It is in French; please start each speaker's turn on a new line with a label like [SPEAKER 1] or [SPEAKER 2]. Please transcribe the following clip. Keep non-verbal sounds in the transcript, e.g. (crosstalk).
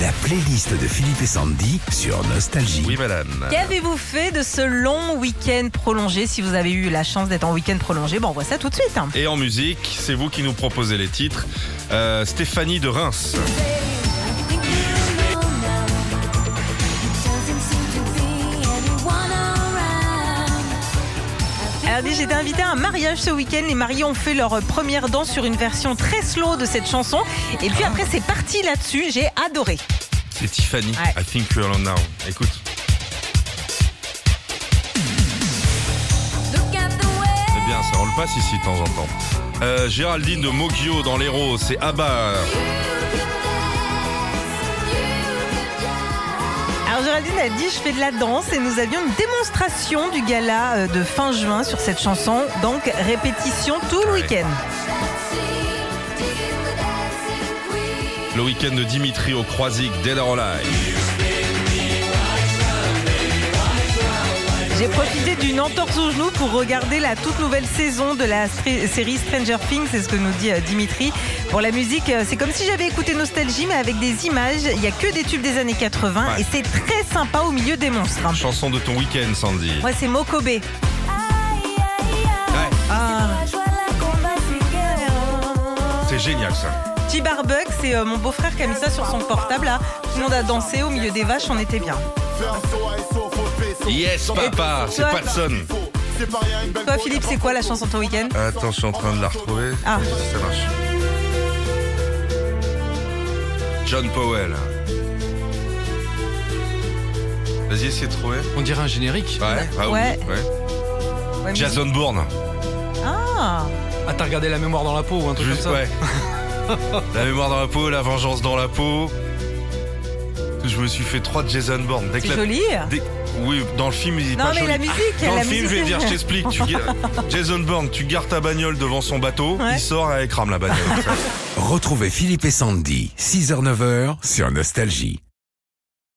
[SPEAKER 1] La playlist de Philippe et Sandy sur Nostalgie.
[SPEAKER 2] Oui, madame.
[SPEAKER 3] Qu'avez-vous fait de ce long week-end prolongé Si vous avez eu la chance d'être en week-end prolongé, bon, on voit ça tout de suite. hein.
[SPEAKER 2] Et en musique, c'est vous qui nous proposez les titres. Euh, Stéphanie de Reims.
[SPEAKER 3] Alors, dis, j'étais invitée à un mariage ce week-end. Les mariés ont fait leur première danse sur une version très slow de cette chanson. Et puis après, c'est parti là-dessus. J'ai adoré.
[SPEAKER 2] C'est Tiffany.
[SPEAKER 3] Ouais.
[SPEAKER 2] I think you're alone now. Écoute. C'est bien, ça. On le passe ici de temps en temps. Euh, Géraldine de Mogio dans l'Hérault. C'est Abba.
[SPEAKER 3] Alors, Géraldine a dit Je fais de la danse. Et nous avions une démonstration du gala euh, de fin juin sur cette chanson. Donc, répétition tout le
[SPEAKER 2] Ouais.
[SPEAKER 3] week-end.
[SPEAKER 2] Le week-end de Dimitri au Croisic. Dead or Alive.
[SPEAKER 3] J'ai profité d'une entorse au genou pour regarder la toute nouvelle saison de la stri- série Stranger Things, c'est ce que nous dit euh, Dimitri. Pour la musique, euh, c'est comme si j'avais écouté Nostalgie, mais avec des images. Il n'y a que des tubes des années 80
[SPEAKER 2] Ouais.
[SPEAKER 3] et c'est très sympa au milieu des monstres. hein.
[SPEAKER 2] Chanson de ton week-end, Sandy.
[SPEAKER 3] Moi, c'est Mokobé. Ah.
[SPEAKER 2] C'est génial, ça.
[SPEAKER 3] Petit barbuck, c'est euh, mon beau-frère qui a mis ça sur son portable. Là. Tout le monde a dansé au milieu des vaches, on était bien.
[SPEAKER 2] Yes, papa. C'est
[SPEAKER 3] Toi-
[SPEAKER 2] Patson.
[SPEAKER 3] Toi, Philippe, c'est quoi la chanson de ton week-end
[SPEAKER 2] Ah, Attends, je suis en train de la retrouver.
[SPEAKER 3] Ah.
[SPEAKER 2] Ça marche. John Powell. Vas-y, essaye de trouver.
[SPEAKER 4] On dirait un générique.
[SPEAKER 2] Ouais, ah oui,
[SPEAKER 3] Ouais.
[SPEAKER 2] ouais.
[SPEAKER 3] Ouais, mais-
[SPEAKER 2] Jason Bourne.
[SPEAKER 3] Ah,
[SPEAKER 4] Ah, t'as regardé la mémoire dans la peau ou un truc
[SPEAKER 2] Juste,
[SPEAKER 4] comme ça
[SPEAKER 3] (laughs)
[SPEAKER 2] ouais. la mémoire dans la peau, la vengeance dans la peau. Je me suis fait trois de Jason Bourne. Dès que
[SPEAKER 3] c'est
[SPEAKER 2] la-
[SPEAKER 3] joli.
[SPEAKER 2] dès- Oui, dans le film, il est
[SPEAKER 3] Non,
[SPEAKER 2] pas
[SPEAKER 3] mais
[SPEAKER 2] joli.
[SPEAKER 3] la musique,
[SPEAKER 2] Dans
[SPEAKER 3] la
[SPEAKER 2] le film, je vais
[SPEAKER 3] musique.
[SPEAKER 2] dire, je t'explique.
[SPEAKER 3] (laughs)
[SPEAKER 2] Tu ga- Jason Bourne, tu gardes ta bagnole devant son bateau,
[SPEAKER 3] Ouais.
[SPEAKER 2] il sort
[SPEAKER 3] (laughs)
[SPEAKER 2] et elle crame la bagnole.
[SPEAKER 1] Retrouvez Philippe et Sandy, 6h-9h sur Nostalgie.